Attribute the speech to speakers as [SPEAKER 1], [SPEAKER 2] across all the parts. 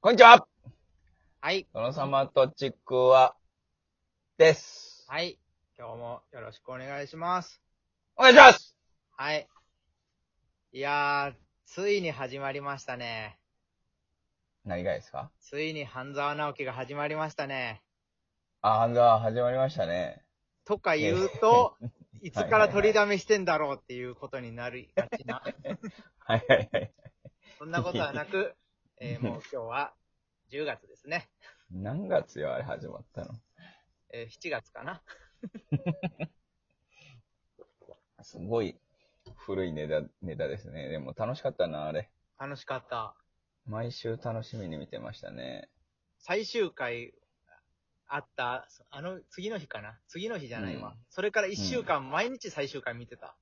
[SPEAKER 1] こんにちは
[SPEAKER 2] はい。
[SPEAKER 1] 殿様とちくわです。
[SPEAKER 2] はい。今日もよろしくお願いします。
[SPEAKER 1] お願いします
[SPEAKER 2] はい。いやー、ついに始まりましたね。
[SPEAKER 1] 何がですか
[SPEAKER 2] ついに半沢直樹が始まりましたね。
[SPEAKER 1] あ、半沢始まりましたね。
[SPEAKER 2] とか言うと、 いつから取りだめしてんだろうっていうことになり がちな。
[SPEAKER 1] はいはいはい。
[SPEAKER 2] そんなことはなく、 えーもう今日は10月ですね。
[SPEAKER 1] 何月よ、あれ始まったの。
[SPEAKER 2] えー7月かな。
[SPEAKER 1] すごい古いネタ、ネタですね。でも楽しかったな、あれ。
[SPEAKER 2] 楽しかった。
[SPEAKER 1] 毎週楽しみに見てましたね。
[SPEAKER 2] 最終回あった、あの、次の日かな。次の日じゃないわ。
[SPEAKER 1] うん
[SPEAKER 2] それから1週間毎日最終回見てた。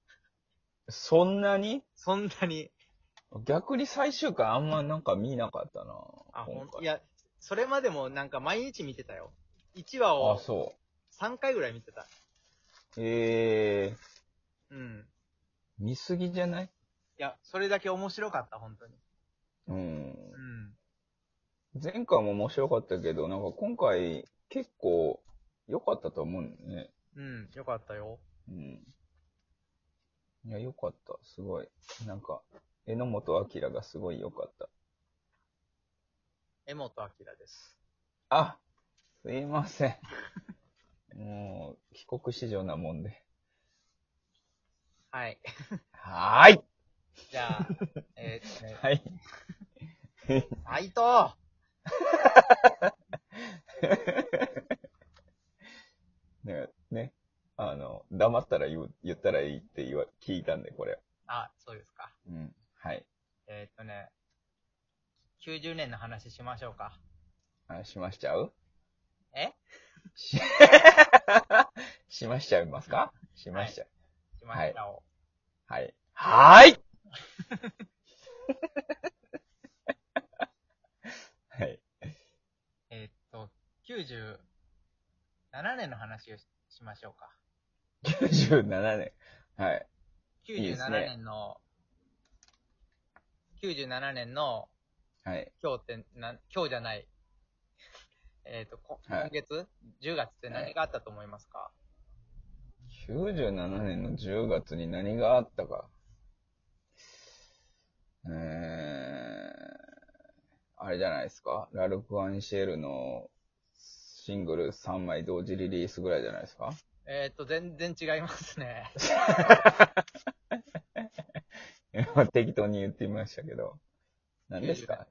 [SPEAKER 1] そんなに
[SPEAKER 2] そんなに、
[SPEAKER 1] 逆に最終回あんまなんか見なかったな。
[SPEAKER 2] あ、ほ
[SPEAKER 1] 今
[SPEAKER 2] ん
[SPEAKER 1] 回
[SPEAKER 2] いや、それまでもなんか毎日見てたよ。1話
[SPEAKER 1] あ、
[SPEAKER 2] を
[SPEAKER 1] そ
[SPEAKER 2] 3回ぐらい見てた。
[SPEAKER 1] う。ええ
[SPEAKER 2] うん。
[SPEAKER 1] ー、見すぎじゃない
[SPEAKER 2] いや、それだけ面白かった、本当に。
[SPEAKER 1] うん
[SPEAKER 2] う。ん。
[SPEAKER 1] 前回も面白かったけど、なんか今回結構良かったと思うんだよね。
[SPEAKER 2] うん、よかったよ。
[SPEAKER 1] うん。いや、良かった。すごい。なんか、榎本明がすごい良かった。
[SPEAKER 2] 江本明です。
[SPEAKER 1] あすいません。 もう、帰国子女なもんで。
[SPEAKER 2] はい。
[SPEAKER 1] はーい
[SPEAKER 2] じゃ あ、えーっとね、
[SPEAKER 1] はい。
[SPEAKER 2] 斎藤
[SPEAKER 1] ね、ね。あの、黙ったら言う言ったらいいって言わ、聞いたんで、これ。
[SPEAKER 2] あ、そうですか。
[SPEAKER 1] うん。はい。
[SPEAKER 2] えーっとね、90年の話しましょうか。
[SPEAKER 1] あ、しましちゃう
[SPEAKER 2] え
[SPEAKER 1] し、しましちゃいますかしましちゃう。
[SPEAKER 2] しましたを。
[SPEAKER 1] はい。はーいはい。
[SPEAKER 2] えーっと、97年の話をししましょうか。
[SPEAKER 1] 97年。はい。いですね
[SPEAKER 2] 97年の、97年の、
[SPEAKER 1] はい。
[SPEAKER 2] 今日って、な、今日じゃない。えっ、と、こ
[SPEAKER 1] はい
[SPEAKER 2] 今月、?10 月って何があったと思いますか、
[SPEAKER 1] 97年の10月に何があったか。えー、あれじゃないですか。ラルク・アンシェルのシングル3枚同時リリースぐらいじゃないですか。
[SPEAKER 2] えっ、と、全然違いますね。
[SPEAKER 1] 適当に言ってみましたけど。何ですか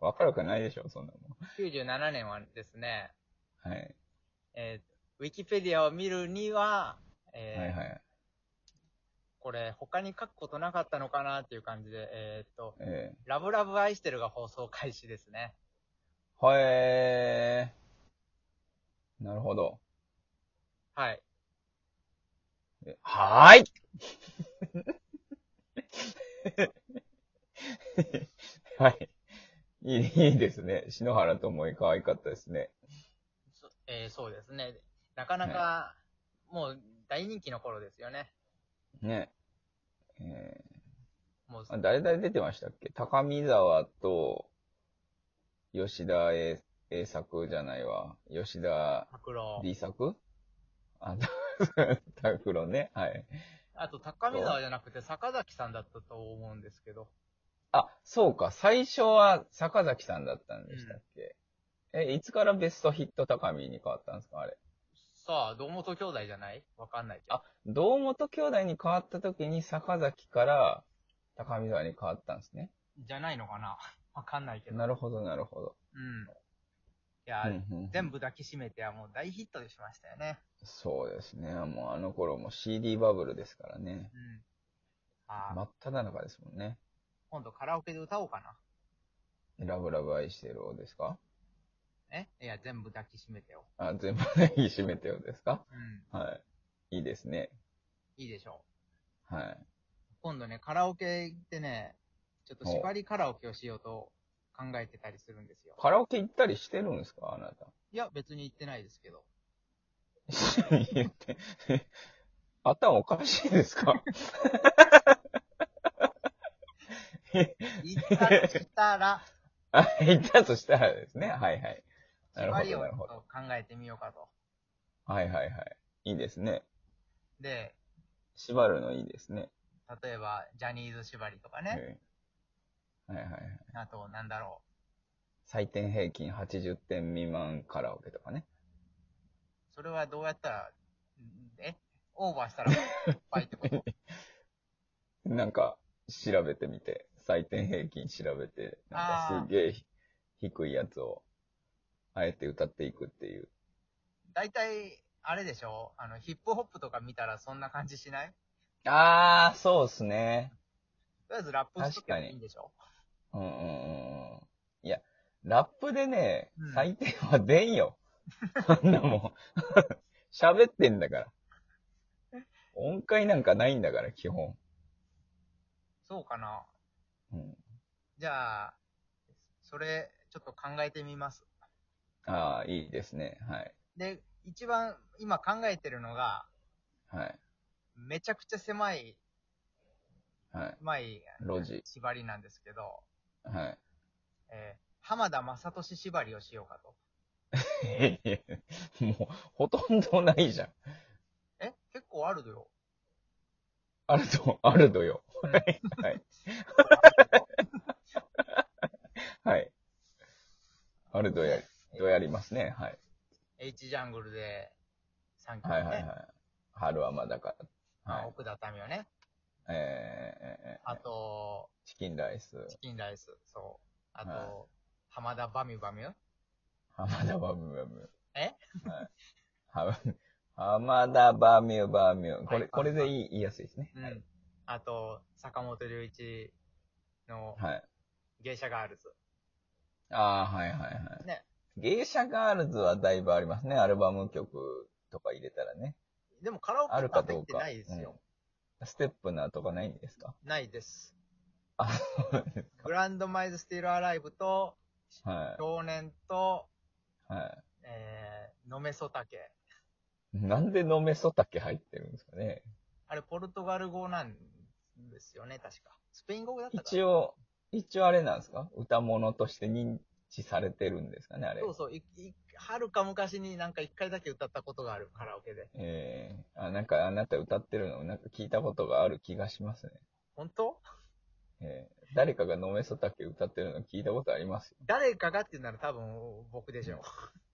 [SPEAKER 1] わかるわけないでしょ、そんな
[SPEAKER 2] 97年はですね、
[SPEAKER 1] もん。はい。
[SPEAKER 2] えーウィキペディアを見るには、えー
[SPEAKER 1] はいはい。
[SPEAKER 2] これ、他に書くことなかったのかなっていう感じで、えっ、と、
[SPEAKER 1] え
[SPEAKER 2] ラブラブ愛してるが放送開始ですね。
[SPEAKER 1] ー、はえー。なるほど。
[SPEAKER 2] はい。
[SPEAKER 1] えはーいはい。いい、いいですね。篠原ともえ可愛かったですね。
[SPEAKER 2] そえーそうですね。なかなか、もう大人気の頃ですよね。
[SPEAKER 1] ね。え
[SPEAKER 2] もう
[SPEAKER 1] ー、あ誰々出てましたっけ高見沢と、吉田栄栄作じゃないわ。吉田
[SPEAKER 2] 拓郎。
[SPEAKER 1] D 作あ、タクロね。はい。
[SPEAKER 2] あと、高見沢じゃなくて、坂崎さんだったと思うんですけど。
[SPEAKER 1] あ、そうか。最初は坂崎さんだったんでしたっけ、え、いつからベストヒット高見に変わったんですかあれ。
[SPEAKER 2] さあ、堂本兄弟じゃないわかんないけど。
[SPEAKER 1] あ堂本兄弟に変わった時に坂崎から高見沢に変わったんですね。
[SPEAKER 2] じゃないのかな わかんないけど。
[SPEAKER 1] なるほど、なるほど。
[SPEAKER 2] うん。いや、
[SPEAKER 1] うんうん
[SPEAKER 2] 全部抱きしめてはもう大ヒットしましたよね。
[SPEAKER 1] そうですね。もうあの頃も CD バブルですからね。
[SPEAKER 2] うん。ああ、
[SPEAKER 1] 真っ只中ですもんね。
[SPEAKER 2] 今度カラオケで歌おうか
[SPEAKER 1] ラブラブ愛してるをですか
[SPEAKER 2] な。えいや、全部抱きしめてよ。
[SPEAKER 1] あ、全部抱きしめてよですか
[SPEAKER 2] うん。
[SPEAKER 1] はい。いいですね。
[SPEAKER 2] いいでしょ
[SPEAKER 1] はい。
[SPEAKER 2] う。今度ね、カラオケ行ってね、ちょっと縛りカラオケをしようと考えてたりするんですよ。
[SPEAKER 1] カラオケ行ったりしてるんですかあなた。
[SPEAKER 2] いや、別に行ってないですけど。
[SPEAKER 1] 言って、頭おかしいですか
[SPEAKER 2] 行ったとしたら、
[SPEAKER 1] あ、言ったとしたらですね。はいはい。なる
[SPEAKER 2] 縛
[SPEAKER 1] ほ
[SPEAKER 2] り
[SPEAKER 1] ど、
[SPEAKER 2] を
[SPEAKER 1] な
[SPEAKER 2] ち
[SPEAKER 1] る
[SPEAKER 2] ょっ
[SPEAKER 1] ほ
[SPEAKER 2] と
[SPEAKER 1] ど。
[SPEAKER 2] 考えてみようかと。
[SPEAKER 1] はいはいはい。いいですね。
[SPEAKER 2] で、
[SPEAKER 1] 縛るのいいですね。
[SPEAKER 2] 例えば、ジャニーズ縛りとかね、
[SPEAKER 1] うんはいはいはい。
[SPEAKER 2] あと、なんだろ
[SPEAKER 1] 採点平均80点未満カラオケとかね。
[SPEAKER 2] う。それはどうやったら、んえオーバーしたら、いっぱいってこと
[SPEAKER 1] なんか、調べてみて、採点平均調べて、なんかすげえひ低いやつを、あえて歌っていくっていう。
[SPEAKER 2] 大体、あれでしょあの、ヒップホップとか見たらそんな感じしない
[SPEAKER 1] あー、そうっすね。
[SPEAKER 2] とりあえずラップしとけばいいんでしょ
[SPEAKER 1] うんうんうんうん。いや、ラップでね
[SPEAKER 2] う、ん
[SPEAKER 1] 採点は出ん よ。あんな もん。喋ってんだから。音階なんかないんだから、基本。
[SPEAKER 2] そうかな
[SPEAKER 1] うん、
[SPEAKER 2] じゃあ、それ、ちょっと考えてみます。
[SPEAKER 1] ああ、いいですね。はい。
[SPEAKER 2] で、一番今考えてるのが、
[SPEAKER 1] はい。
[SPEAKER 2] めちゃくちゃ狭い、
[SPEAKER 1] はい。
[SPEAKER 2] 狭い
[SPEAKER 1] 路地。
[SPEAKER 2] 縛りなんですけど、
[SPEAKER 1] はい。
[SPEAKER 2] えー浜田雅俊縛りをしようかと。
[SPEAKER 1] いやい やもう、ほとんどないじゃん。
[SPEAKER 2] え結構あるよ。
[SPEAKER 1] アルド、アルドよ。はい。はい。 はい。アルドや、ドやりますね。はい。
[SPEAKER 2] H ジャングルで3曲ね。
[SPEAKER 1] はいはいはい。春はまだか。
[SPEAKER 2] ま
[SPEAKER 1] は
[SPEAKER 2] あ
[SPEAKER 1] い。
[SPEAKER 2] 奥田民生ね。
[SPEAKER 1] えーえー、
[SPEAKER 2] あと、
[SPEAKER 1] チキンライス。
[SPEAKER 2] チキンライス。そう。あと、
[SPEAKER 1] はい
[SPEAKER 2] 浜田バミュバミュ
[SPEAKER 1] 浜田バミュバミュ。
[SPEAKER 2] え
[SPEAKER 1] はいは。浜田バミュバミュ。こ
[SPEAKER 2] は
[SPEAKER 1] れ、
[SPEAKER 2] い
[SPEAKER 1] これでいい、言いやすいですね。
[SPEAKER 2] う
[SPEAKER 1] はい
[SPEAKER 2] ん。あと、坂本龍一の
[SPEAKER 1] はい。
[SPEAKER 2] 芸者ガールズ。
[SPEAKER 1] ああ、はいはいはい。
[SPEAKER 2] ね
[SPEAKER 1] 芸者ガールズはだいぶありますね。アルバム曲とか入れたらね。
[SPEAKER 2] でもカラオケ
[SPEAKER 1] あるかど
[SPEAKER 2] 入っ
[SPEAKER 1] う
[SPEAKER 2] て
[SPEAKER 1] か。
[SPEAKER 2] ないです
[SPEAKER 1] う
[SPEAKER 2] よ。
[SPEAKER 1] んステップなとかないんですか
[SPEAKER 2] ないです。
[SPEAKER 1] あ、そうです
[SPEAKER 2] グランドマイズ・スティール・アライブと、
[SPEAKER 1] か。は
[SPEAKER 2] 少年と、
[SPEAKER 1] い。は
[SPEAKER 2] えー、のめそたけ。
[SPEAKER 1] い。なんでのめそたけ入ってるんですかね。
[SPEAKER 2] あれ、ポルトガル語なんですよね、確か。スペイン語だったか
[SPEAKER 1] 一応、一応あれなんですか歌物として認知されてるんですかね、あ
[SPEAKER 2] ら。
[SPEAKER 1] れ
[SPEAKER 2] そ。うそう、いいはるか昔になんか一回だけ歌ったことがある、カラオケで。
[SPEAKER 1] ええあ、なんかあなた歌ってるの、なんか聞いたことがある気がしますね。
[SPEAKER 2] 本当
[SPEAKER 1] ええ誰かがのめそたけ歌ってるの聞いたことありますよ。
[SPEAKER 2] 誰かがって言うなら多分僕でしょ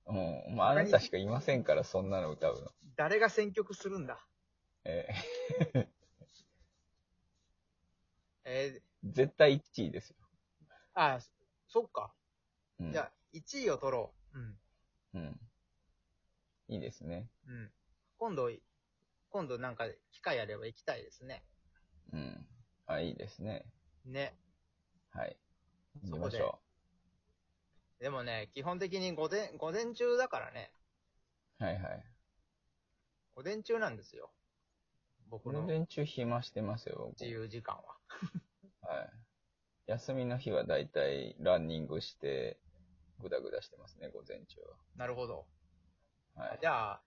[SPEAKER 2] う。
[SPEAKER 1] うん。まあ、あなたしかいませんから、そんなの歌うの。
[SPEAKER 2] 誰が選曲するんだ。
[SPEAKER 1] ええ
[SPEAKER 2] え
[SPEAKER 1] 絶対1位ですよ。
[SPEAKER 2] ー、あ、そそっか。
[SPEAKER 1] うん、
[SPEAKER 2] じゃあ、1位を取ろう。うん。
[SPEAKER 1] うん。いいですね。
[SPEAKER 2] うん。今度、今度なんか機会あれば行きたいですね。
[SPEAKER 1] うん。あ、いいですね。
[SPEAKER 2] ね。
[SPEAKER 1] はい。行き
[SPEAKER 2] そこ
[SPEAKER 1] ま
[SPEAKER 2] で
[SPEAKER 1] しょ
[SPEAKER 2] でもね、基本的に午前、午前中だからね。
[SPEAKER 1] う。はいはい。
[SPEAKER 2] 午前中なんですよ。僕
[SPEAKER 1] 午
[SPEAKER 2] の
[SPEAKER 1] 前中暇してますよ、僕
[SPEAKER 2] 自由時間は。
[SPEAKER 1] はい。休みの日はだいたいランニングして、ぐだぐだしてますね、午前中
[SPEAKER 2] なるほど。
[SPEAKER 1] は。はい
[SPEAKER 2] じ。ゃあ、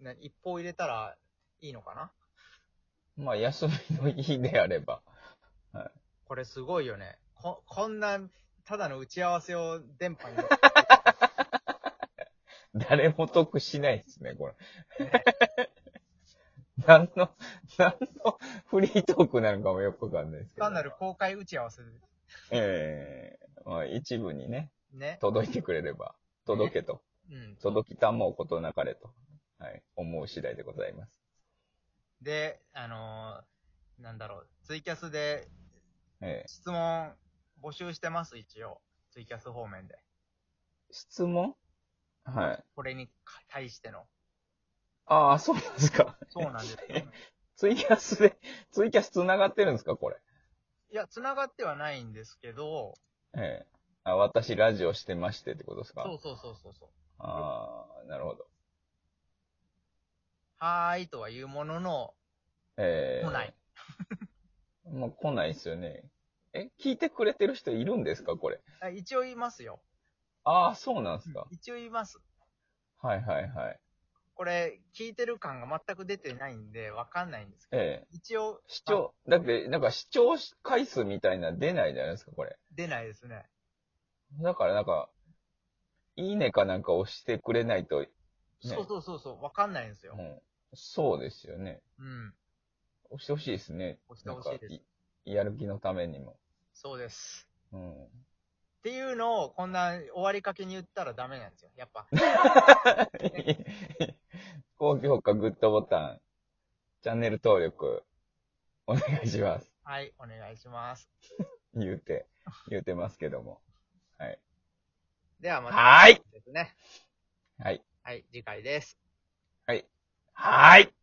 [SPEAKER 2] な一方入れたらいいのかな
[SPEAKER 1] まあ、休みの日であれば。
[SPEAKER 2] これすごいよね。こ、こんな、ただの打ち合わせを電波に。
[SPEAKER 1] 誰も得しないですね、これ。 何の、何のフリートークなのかもよくわかんないですけど。
[SPEAKER 2] 単なる公開打ち合わせで。
[SPEAKER 1] ええまあ一部にね、
[SPEAKER 2] ね。
[SPEAKER 1] 届いてくれれば、届けと。
[SPEAKER 2] うん。
[SPEAKER 1] 届きたもうことなかれと。はい。思う次第でございます。
[SPEAKER 2] で、あのーなんだろう、ツイキャスで
[SPEAKER 1] ええ
[SPEAKER 2] 質問募集してます、一応。ツイキャス方面で。
[SPEAKER 1] 質問はい。
[SPEAKER 2] これに対しての。
[SPEAKER 1] ああ、そうなんですか。
[SPEAKER 2] そうなん ですよ。
[SPEAKER 1] ツイキャスで、 ツイキャス繋がってるんですか、これ。
[SPEAKER 2] いや、繋がってはないんですけど、
[SPEAKER 1] ええあ、私、ラジオしてましてってことですか
[SPEAKER 2] そうそうそうそうそう。
[SPEAKER 1] ああ、なるほど。
[SPEAKER 2] はーいとは言うものの、
[SPEAKER 1] ええ
[SPEAKER 2] 来ない。
[SPEAKER 1] もう来ないですよね。え、聞いてくれてる人いるんですか、これ。
[SPEAKER 2] あ一応言いますよ。
[SPEAKER 1] ああ、そうなんですか。
[SPEAKER 2] 一応言います。
[SPEAKER 1] はいはいはい。
[SPEAKER 2] これ、聞いてる感が全く出てないんで、わかんないんですけど、
[SPEAKER 1] ええ
[SPEAKER 2] 一応
[SPEAKER 1] 視聴、だって、なんか視聴回数みたいなの出ないじゃないですか、これ。
[SPEAKER 2] 出ないですね。
[SPEAKER 1] だからなんか、いいねかなんか押してくれないと、ね
[SPEAKER 2] そうそうそうそう、わかんないんですよ。
[SPEAKER 1] うん、そうですよね。
[SPEAKER 2] うん。
[SPEAKER 1] 押してほしいですね。
[SPEAKER 2] 押してほしいです
[SPEAKER 1] なんかいやる気のためにも。
[SPEAKER 2] そうです。
[SPEAKER 1] うん。
[SPEAKER 2] っていうのを、こんな終わりかけに言ったらダメなんですよ。やっぱ。
[SPEAKER 1] 高評価、グッドボタン、チャンネル登録、お願いします。
[SPEAKER 2] はい、お願いします。
[SPEAKER 1] 言うて、言うてますけども。はい。
[SPEAKER 2] ではまた。
[SPEAKER 1] はーい
[SPEAKER 2] ですね。
[SPEAKER 1] はい。
[SPEAKER 2] はい、次回です。
[SPEAKER 1] はい。はーい